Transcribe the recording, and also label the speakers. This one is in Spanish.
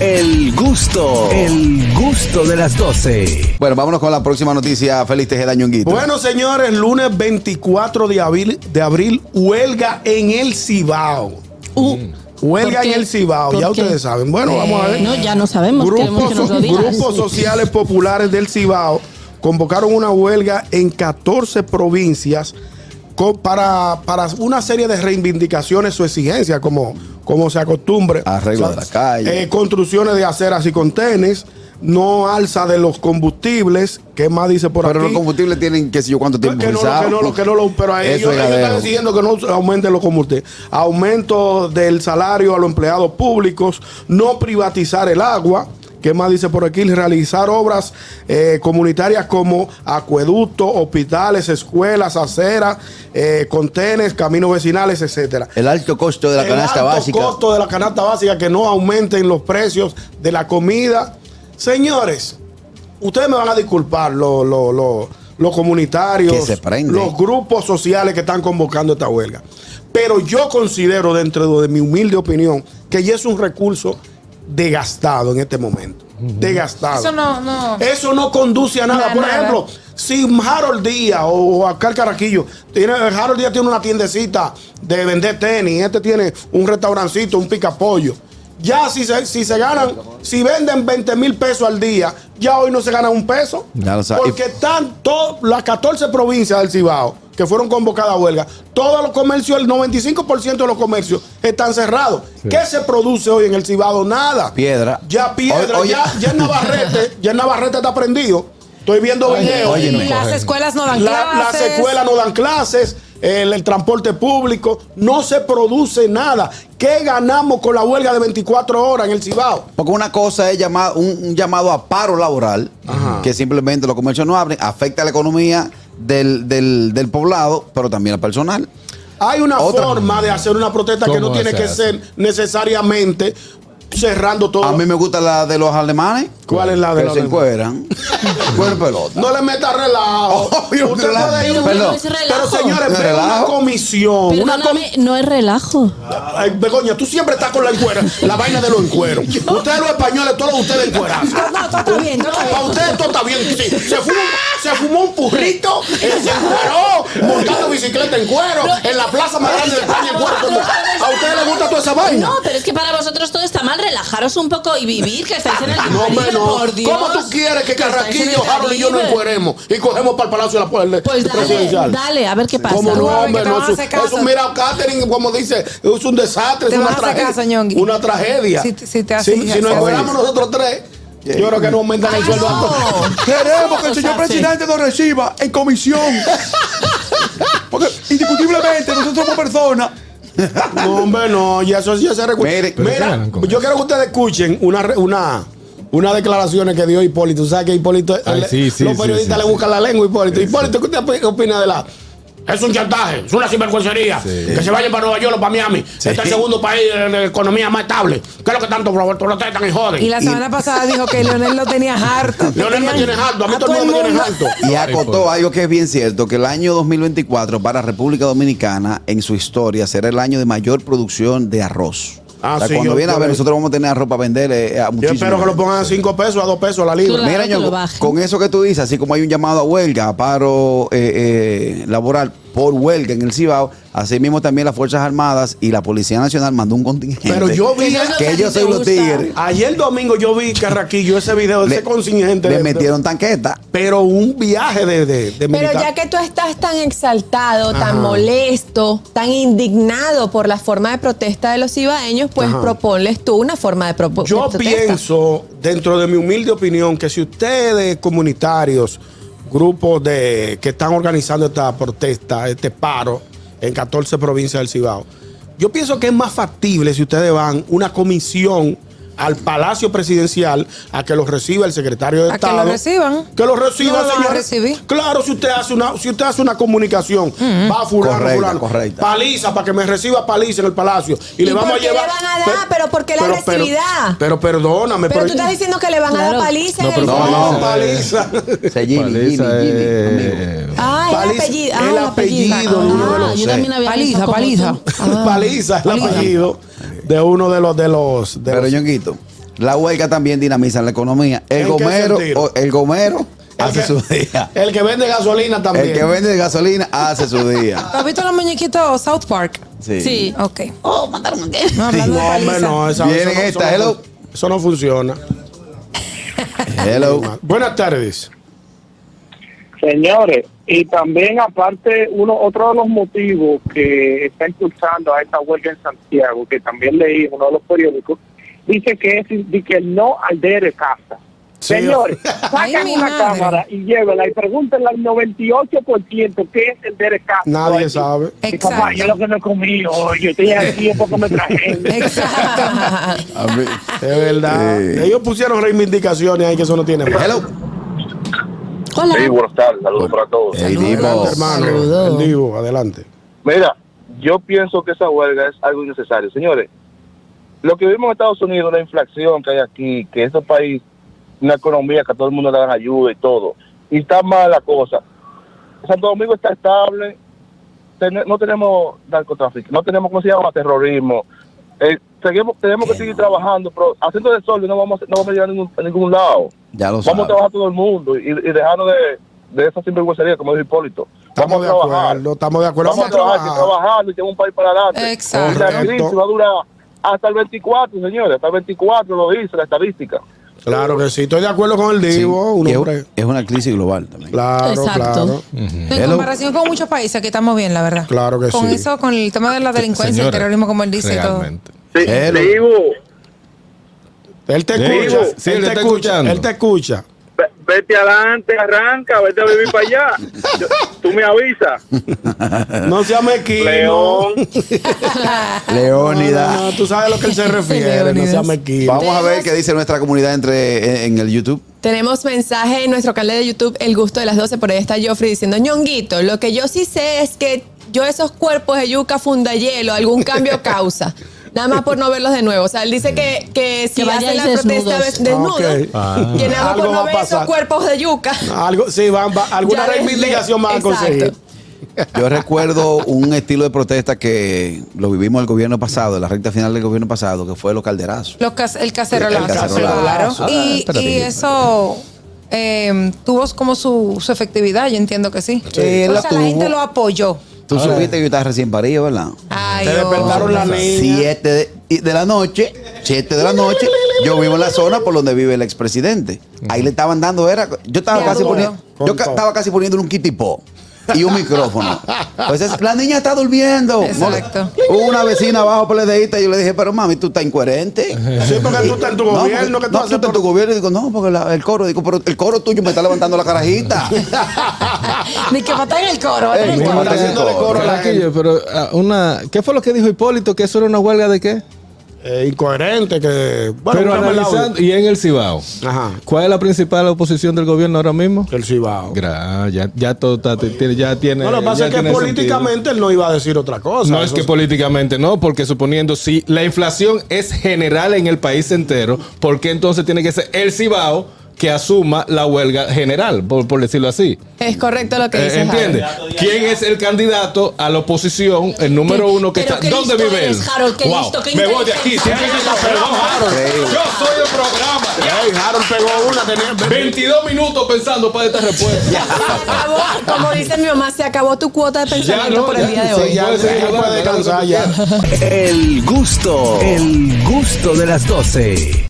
Speaker 1: El gusto, el gusto de las 12.
Speaker 2: Bueno, vámonos con la próxima noticia. Feliz Tejeda Ñonguito.
Speaker 3: Bueno, señores, lunes 24 de abril, de abril huelga en el Cibao.
Speaker 4: Uh,
Speaker 3: Huelga
Speaker 4: ¿por
Speaker 3: en
Speaker 4: qué?
Speaker 3: el Cibao,
Speaker 4: ¿Por
Speaker 3: ya
Speaker 4: qué?
Speaker 3: ustedes saben. Bueno, vamos a ver.
Speaker 4: No, ya no sabemos. queremos
Speaker 3: Grupos,
Speaker 4: que nos lo Ah, digas.
Speaker 3: grupos sociales populares del Cibao convocaron una huelga en 14 provincias co- para, para una serie de reivindicaciones o exigencias, como, como se acostumbre.
Speaker 2: Arreglo de la calle.
Speaker 3: Eh, construcciones de aceras y contenes, no alza de los combustibles. ¿Qué más dice por
Speaker 2: Pero
Speaker 3: aquí?
Speaker 2: los combustibles tienen, qué sé yo, cuánto
Speaker 3: No,
Speaker 2: tiempo
Speaker 3: que no,
Speaker 2: frisado.
Speaker 3: que no, que no, lo- pero a
Speaker 2: Eso
Speaker 3: ellos,
Speaker 2: es
Speaker 3: ellos están
Speaker 2: gadeo.
Speaker 3: exigiendo que no aumenten los combustibles. Aumento del salario a los empleados públicos, no privatizar el agua. ¿Qué más dice por aquí? Realizar obras eh, comunitarias como acueductos, hospitales, escuelas, aceras, eh, contenes, caminos vecinales, etcétera.
Speaker 2: El alto costo de la
Speaker 3: El
Speaker 2: canasta
Speaker 3: alto
Speaker 2: básica.
Speaker 3: costo de la canasta básica, que no aumenten los precios de la comida. Señores, ustedes me van a disculpar, los lo, lo- los comunitarios,
Speaker 2: Que se prende.
Speaker 3: los grupos sociales que están convocando esta huelga. Pero yo considero, dentro de mi humilde opinión, que ya es un recurso desgastado en este momento. Desgastado.
Speaker 4: Eso no, no.
Speaker 3: Eso no conduce a nada.
Speaker 4: A
Speaker 3: Por
Speaker 4: nada.
Speaker 3: ejemplo, si Harold Díaz o, o acá el Carraquillo, tiene, Harold Díaz tiene una tiendecita de vender tenis, este tiene un restaurancito, un picapollo. Ya si se, si se ganan, si venden 20 mil pesos al día, ya hoy no se gana un peso.
Speaker 2: Ya lo sabe.
Speaker 3: porque están todas las 14 provincias del Cibao que fueron convocadas a huelga. Todos los comercios, el 95% de los comercios están cerrados. ¿Qué se produce hoy en el Cibao? Nada.
Speaker 2: Piedra.
Speaker 3: Ya piedra,
Speaker 2: O- oye-
Speaker 3: ya, ya en Navarrete, ya en Navarrete está prendido. Estoy viendo videos.
Speaker 2: óyeme.
Speaker 5: Las escuelas no dan
Speaker 3: La- las
Speaker 5: clases.
Speaker 3: escuelas no dan clases, el, el transporte público, no se produce nada. ¿Qué ganamos con la huelga de 24 horas en el Cibao?
Speaker 2: Porque una cosa es llamado, un, un llamado a paro laboral, que simplemente los comercios no abren, afecta a la economía del, del, del poblado, pero también al personal.
Speaker 3: Hay una
Speaker 2: Otra.
Speaker 3: forma de hacer una protesta que
Speaker 6: ¿Cómo
Speaker 3: no tiene
Speaker 6: se
Speaker 3: que
Speaker 6: hace?
Speaker 3: ser necesariamente cerrando todo.
Speaker 2: A mí me gusta la de los alemanes.
Speaker 3: ¿Cuál es la de
Speaker 2: que
Speaker 3: la
Speaker 2: se
Speaker 3: de-
Speaker 2: encueran. Cuerpo pelota.
Speaker 3: No le meta relajo.
Speaker 2: Obvio,
Speaker 3: Usted
Speaker 2: relajo.
Speaker 3: puede ir-
Speaker 4: Pero
Speaker 2: Perdón.
Speaker 4: no es
Speaker 3: Pero
Speaker 4: relajo.
Speaker 3: señores, ve una
Speaker 2: Relajo.
Speaker 3: comisión, una comisión.
Speaker 4: Perdóname, no es relajo.
Speaker 3: Ay, Begoña, tú siempre estás con la encuera, la vaina de los encueros. Ustedes los españoles, todos ustedes encuerados.
Speaker 5: No, todo está bien, todo está
Speaker 3: Para
Speaker 5: bien.
Speaker 3: ustedes esto está bien. Sí, se, fumó, se fumó un purrito, eh, se encueró, montando bicicleta en cuero, en la plaza más grande de España en cuero. ¿A ustedes les gusta toda esa vaina?
Speaker 4: No, pero es que para vosotros todo está mal. Relajaros un poco y vivir, que estáis en el
Speaker 3: No,
Speaker 4: Caribe,
Speaker 3: hombre, no.
Speaker 4: por Dios.
Speaker 3: ¿Cómo tú quieres que
Speaker 4: estáis en el
Speaker 3: Carraquillo, Harold y yo no
Speaker 4: Caribe?
Speaker 3: encueremos y cogemos para el Palacio de la Puebla
Speaker 4: Pues dale,
Speaker 3: presidencial?
Speaker 4: dale, a ver qué pasa.
Speaker 3: Como no,
Speaker 5: Suave,
Speaker 3: hombre,
Speaker 5: que te
Speaker 3: no,
Speaker 5: van a
Speaker 3: eso,
Speaker 5: hacer caso.
Speaker 3: eso, mira, Catherine, como dice, es un desastre,
Speaker 5: Te
Speaker 3: es una
Speaker 5: van a hacer
Speaker 3: tragedia.
Speaker 5: caso, Ñongui.
Speaker 3: Una tragedia.
Speaker 5: Si- si te hacen-
Speaker 3: Si, si nos
Speaker 5: hacen-
Speaker 3: encuadramos nosotros tres, yo creo que no aumentan el
Speaker 4: Ah,
Speaker 3: sueldo. a
Speaker 4: no.
Speaker 3: todos.
Speaker 7: Queremos que el
Speaker 4: Cosa
Speaker 7: señor
Speaker 4: hace.
Speaker 7: presidente nos reciba en comisión. Porque indiscutiblemente nosotros somos personas.
Speaker 3: No, hombre, no, y eso sí se recuerda.
Speaker 2: Mire,
Speaker 6: ¿Pero qué
Speaker 3: Mira,
Speaker 6: ganan con
Speaker 3: yo quiero que ustedes escuchen una. re- una unas declaraciones que dio Hipólito. Tú sabes que Hipólito.
Speaker 6: Ay,
Speaker 3: le-
Speaker 6: sí, sí,
Speaker 3: los
Speaker 6: sí,
Speaker 3: periodistas
Speaker 6: sí,
Speaker 3: le
Speaker 6: sí.
Speaker 3: buscan la lengua, Hipólito. Hipólito, ¿qué usted opina de la.? Es un chantaje, es una sinvergüencería. Que se vayan para Nueva York o para Miami. Este es el segundo país de la economía más estable. ¿Qué es lo que tanto protestan y joden?
Speaker 5: Y la semana pasada dijo que Leonel lo tenía harto.
Speaker 3: Leonel me
Speaker 5: Tenían-
Speaker 3: tiene harto, a mí todo el mundo me tiene harto.
Speaker 2: Y
Speaker 6: Ay,
Speaker 2: acotó
Speaker 6: por-
Speaker 2: algo que es bien cierto, que el año 2024 para República Dominicana en su historia será el año de mayor producción de arroz.
Speaker 3: Ah,
Speaker 2: o sea,
Speaker 3: sí,
Speaker 2: cuando
Speaker 3: yo-
Speaker 2: viene a
Speaker 3: yo-
Speaker 2: ver, nosotros vamos a tener arroz para vender eh, a
Speaker 3: Yo
Speaker 2: muchísimo.
Speaker 3: espero que lo pongan a 5 pesos, a 2 pesos la libra.
Speaker 4: Claro,
Speaker 2: Mira,
Speaker 4: que
Speaker 2: Ñongo,
Speaker 4: lo bajen.
Speaker 2: con eso que tú dices, así como hay un llamado a huelga, a paro eh, eh, laboral por huelga en el Cibao, así mismo también las Fuerzas Armadas y la Policía Nacional mandó un contingente.
Speaker 3: Pero yo vi-
Speaker 4: Eso es lo
Speaker 2: que
Speaker 4: a ti
Speaker 2: ellos
Speaker 4: te
Speaker 2: son los
Speaker 4: gusta.
Speaker 2: tigres.
Speaker 3: Ayer domingo yo vi Carraquillo ese video, ese consiguiente.
Speaker 2: le metieron tanqueta.
Speaker 3: Pero un viaje de, de, de
Speaker 8: Pero
Speaker 3: militar.
Speaker 8: ya que tú estás tan exaltado,
Speaker 3: Ajá.
Speaker 8: tan molesto, tan indignado por la forma de protesta de los cibaeños, pues
Speaker 3: Ajá.
Speaker 8: proponles tú una forma de,
Speaker 5: pues,
Speaker 8: propo- de
Speaker 3: Yo
Speaker 8: protesta.
Speaker 3: pienso, dentro de mi humilde opinión, que si ustedes comunitarios, grupos de que están organizando esta protesta, este paro en 14 provincias del Cibao, yo pienso que es más factible si ustedes van una comisión al Palacio Presidencial a que los reciba el secretario
Speaker 5: A
Speaker 3: de
Speaker 5: que
Speaker 3: Estado.
Speaker 5: lo reciban.
Speaker 3: Que los reciba,
Speaker 5: No lo van a
Speaker 3: señores.
Speaker 5: recibir. Mm.
Speaker 3: Claro, si usted hace una, si usted hace una comunicación, va a fulano,
Speaker 2: Correcta,
Speaker 3: fulano,
Speaker 2: correcta.
Speaker 3: paliza para que me reciba paliza en el palacio y,
Speaker 8: ¿Y
Speaker 3: le vamos
Speaker 8: por
Speaker 3: a
Speaker 8: qué le
Speaker 3: llevar.
Speaker 8: van a dar? ¿Pero por qué la agresividad?
Speaker 3: Pero perdóname,
Speaker 8: Pero tú estás diciendo que le van a
Speaker 4: Claro.
Speaker 8: dar paliza
Speaker 6: No,
Speaker 8: en
Speaker 6: pero
Speaker 8: el
Speaker 2: no,
Speaker 8: salón.
Speaker 3: No,
Speaker 2: Eh,
Speaker 3: paliza.
Speaker 2: Se Jimmy, Jimmy,
Speaker 6: Paliza,
Speaker 2: Jimmy, amigo.
Speaker 6: eh,
Speaker 8: Ah, el
Speaker 3: Paliza,
Speaker 8: apellido. Ah,
Speaker 3: el apellido, uno de
Speaker 4: Ah,
Speaker 3: los-
Speaker 4: yo
Speaker 2: sé.
Speaker 4: también había
Speaker 5: Paliza,
Speaker 4: pensado como
Speaker 5: paliza.
Speaker 2: Ah.
Speaker 4: tú.
Speaker 3: Paliza es el apellido de uno de los de los de
Speaker 2: Pero
Speaker 3: los-
Speaker 2: Ñonguito, La huelga también dinamiza la economía. El
Speaker 3: ¿En qué
Speaker 2: gomero,
Speaker 3: sentido?
Speaker 2: o- el gomero
Speaker 3: El
Speaker 2: hace
Speaker 3: que-
Speaker 2: su día.
Speaker 3: El que vende gasolina también.
Speaker 2: El que vende gasolina hace su día.
Speaker 5: ¿Tú has visto los muñequitos South Park?
Speaker 2: Sí.
Speaker 4: Sí.
Speaker 5: Ok.
Speaker 4: Oh, mataron a qué.
Speaker 5: No, hablando
Speaker 3: No,
Speaker 5: de
Speaker 3: hombre,
Speaker 5: paliza.
Speaker 3: no, esa-
Speaker 2: Viene
Speaker 3: eso, no-
Speaker 2: esta,
Speaker 3: eso no-
Speaker 2: hello.
Speaker 3: eso no funciona.
Speaker 2: Hello.
Speaker 3: Buenas tardes.
Speaker 6: Señores, y también aparte, uno otro de los motivos que está impulsando a esta huelga en Santiago, que también leí en uno de los periódicos, dice que es de que no aldere casa.
Speaker 3: Sí.
Speaker 6: Señores,
Speaker 5: Ay,
Speaker 6: sacan
Speaker 5: mi
Speaker 6: una
Speaker 5: madre.
Speaker 6: cámara y llévela y pregúntenle al 98% qué es aldere casa.
Speaker 3: Nadie
Speaker 6: Oye,
Speaker 3: sabe.
Speaker 6: mi Papá, yo
Speaker 5: Exacto.
Speaker 6: lo que no comí hoy, yo estoy aquí es porque me traje.
Speaker 5: Exacto.
Speaker 2: A mí-
Speaker 3: De verdad.
Speaker 2: Eh.
Speaker 3: Ellos pusieron reivindicaciones ahí que eso no tiene más.
Speaker 2: Hello.
Speaker 4: Hola.
Speaker 9: Sí, buenas tardes, saludos para todos.
Speaker 2: Hey,
Speaker 3: Adelante,
Speaker 2: Divo.
Speaker 3: hermano.
Speaker 5: Saludo.
Speaker 3: El Divo, adelante.
Speaker 9: Mira, yo pienso que esa huelga es algo innecesario. Señores, lo que vimos en Estados Unidos, la inflación que hay aquí, que este país, una economía que a todo el mundo le dan ayuda y todo, y está mal la cosa. Santo Domingo está estable, ten- no tenemos narcotráfico, no tenemos, ¿cómo se llama?, terrorismo. Eh, seguimos, tenemos que seguir trabajando, pero haciendo de sol no vamos, a- no vamos a llegar a ningún, a ningún lado.
Speaker 2: Ya lo
Speaker 9: Vamos a
Speaker 2: sabes.
Speaker 9: trabajar todo el mundo y, y dejarnos de, de esa sinvergüencería, como dijo Hipólito.
Speaker 3: Estamos
Speaker 9: Vamos a
Speaker 3: de
Speaker 9: trabajar.
Speaker 3: acuerdo, estamos de acuerdo.
Speaker 9: Vamos, a trabajar, que trabajando y tenemos un país para adelante.
Speaker 5: Exacto.
Speaker 9: Y La crisis va a durar hasta el 24, señores. Hasta el 24 lo dice la estadística.
Speaker 3: Claro que sí, estoy de acuerdo con el
Speaker 2: Sí.
Speaker 3: Divo. un
Speaker 2: Y es-
Speaker 3: hombre-
Speaker 2: Es una crisis global también.
Speaker 3: Claro,
Speaker 4: Exacto.
Speaker 3: claro.
Speaker 5: En
Speaker 2: Hello.
Speaker 5: comparación con muchos países, aquí estamos bien, la verdad.
Speaker 3: Claro que
Speaker 5: con
Speaker 3: sí.
Speaker 5: eso, con el tema de la delincuencia, el
Speaker 10: Señores,
Speaker 5: terrorismo, como él dice y todo.
Speaker 10: realmente.
Speaker 9: Sí,
Speaker 2: Hello.
Speaker 3: Él te
Speaker 10: Sí,
Speaker 3: escucha.
Speaker 10: sí,
Speaker 3: él te
Speaker 10: le está
Speaker 3: escucha.
Speaker 10: escuchando.
Speaker 3: Él te escucha.
Speaker 6: Vete adelante, arranca, vete a vivir para allá. Tú me avisas.
Speaker 3: No sea mezquino. No,
Speaker 2: Leónida.
Speaker 3: no, tú sabes a lo que él se refiere, no
Speaker 5: Leónidas.
Speaker 3: sea mezquino.
Speaker 2: Vamos a ver qué dice nuestra comunidad entre en en el YouTube.
Speaker 8: Tenemos mensaje en nuestro canal de YouTube, El Gusto de las 12, por ahí está Joffrey diciendo, ñonguito, lo que yo sí sé es que yo esos cuerpos de yuca funda hielo, algún cambio causa. Nada más por no verlos de nuevo. O sea, él dice que, que si
Speaker 4: Que vayan
Speaker 8: hacen la protesta
Speaker 4: desnudos.
Speaker 8: desnudo,
Speaker 3: Ok. Ah.
Speaker 8: que nada más
Speaker 3: Algo
Speaker 8: por
Speaker 3: va a
Speaker 8: no ver
Speaker 3: pasar.
Speaker 8: esos cuerpos de yuca.
Speaker 3: Algo, sí, van, va- alguna
Speaker 8: Ya les-
Speaker 3: reivindicación más a
Speaker 8: Exacto.
Speaker 3: conseguir.
Speaker 2: Yo recuerdo un estilo de protesta que lo vivimos el gobierno pasado, en la recta final del gobierno pasado, que fue los calderazos.
Speaker 5: Los cas- el cacerolazo.
Speaker 2: El cacerolazo.
Speaker 5: claro.
Speaker 2: Ah,
Speaker 5: Y,
Speaker 10: espérate.
Speaker 5: y eso eh, tuvo como su, su efectividad, yo entiendo que sí.
Speaker 2: Sí,
Speaker 5: o
Speaker 2: la
Speaker 5: sea, la gente
Speaker 2: tuvo.
Speaker 5: lo apoyó.
Speaker 2: Tú
Speaker 10: Ahora-
Speaker 2: supiste que yo estaba recién parido, ¿verdad?
Speaker 5: Ay,
Speaker 3: Te
Speaker 5: oh.
Speaker 3: despertaron la niña.
Speaker 2: Siete de, y de la noche, siete de la noche, yo vivo en la zona por donde vive el expresidente. Ahí le estaban dando, era, yo estaba
Speaker 5: Con
Speaker 2: casi
Speaker 5: todo.
Speaker 2: poniendo,
Speaker 3: Con
Speaker 2: yo ca-
Speaker 3: todo.
Speaker 2: estaba casi poniendo un kitipó y un micrófono. Entonces, la niña está durmiendo.
Speaker 5: Exacto.
Speaker 2: Hubo una vecina abajo peledeíta y yo le dije, pero mami, tú estás incoherente.
Speaker 3: Sí, porque tú estás en tu
Speaker 2: No, porque-
Speaker 3: gobierno, que tú
Speaker 2: no,
Speaker 3: haces
Speaker 2: estás en tu
Speaker 3: por-
Speaker 2: gobierno y digo, no, porque la- el coro, digo, pero el coro tuyo me está levantando la carajita.
Speaker 5: Ni que matan el coro. matan
Speaker 2: Ey,
Speaker 5: el
Speaker 2: mi
Speaker 5: coro.
Speaker 2: madre.
Speaker 3: haciéndole coro a la
Speaker 10: Carraquillo,
Speaker 3: gente.
Speaker 10: pero ah, una, ¿qué fue lo que dijo Hipólito? ¿Que eso era una huelga de qué?
Speaker 3: Eh, incoherente, que. Bueno,
Speaker 10: pero
Speaker 3: búscame el audio.
Speaker 10: analizando, y en el Cibao,
Speaker 3: Ajá.
Speaker 10: ¿cuál es la principal oposición del gobierno ahora mismo?
Speaker 3: El Cibao.
Speaker 10: Gra- ya, ya todo está- te- tiene- ya tiene.
Speaker 3: No, lo que
Speaker 10: ya
Speaker 3: pasa es que
Speaker 10: tiene sentido.
Speaker 3: políticamente él no iba a decir otra cosa.
Speaker 10: No es
Speaker 3: Eso
Speaker 10: que
Speaker 3: sí.
Speaker 10: políticamente no, porque suponiendo si la inflación es general en el país entero, ¿por qué entonces tiene que ser el Cibao que asuma la huelga general, por, por decirlo así?
Speaker 8: Es correcto lo que
Speaker 10: Eh,
Speaker 8: dice
Speaker 10: ¿Entiendes? ¿Quién es el candidato a la oposición, el número uno que
Speaker 4: pero
Speaker 10: está?
Speaker 4: qué
Speaker 10: ¿Dónde
Speaker 4: listo
Speaker 10: vive él?
Speaker 4: eres, Harold, qué listo, qué
Speaker 10: me voy de aquí.
Speaker 4: inteligente.
Speaker 10: siempre que está- perdón, Harold. Yo soy el programa.
Speaker 3: Ey, Harold pegó una, tenía.
Speaker 10: 22 minutos pensando para esta respuesta.
Speaker 8: Se acabó, como dice mi mamá, se acabó tu cuota de pensamiento
Speaker 10: no,
Speaker 8: por el
Speaker 10: ya,
Speaker 8: día de
Speaker 10: sí,
Speaker 8: hoy.
Speaker 3: Ya,
Speaker 10: Puede ser
Speaker 3: ya,
Speaker 10: que
Speaker 3: puede
Speaker 10: aguante,
Speaker 3: descansar ya.
Speaker 1: El gusto, el gusto de las doce.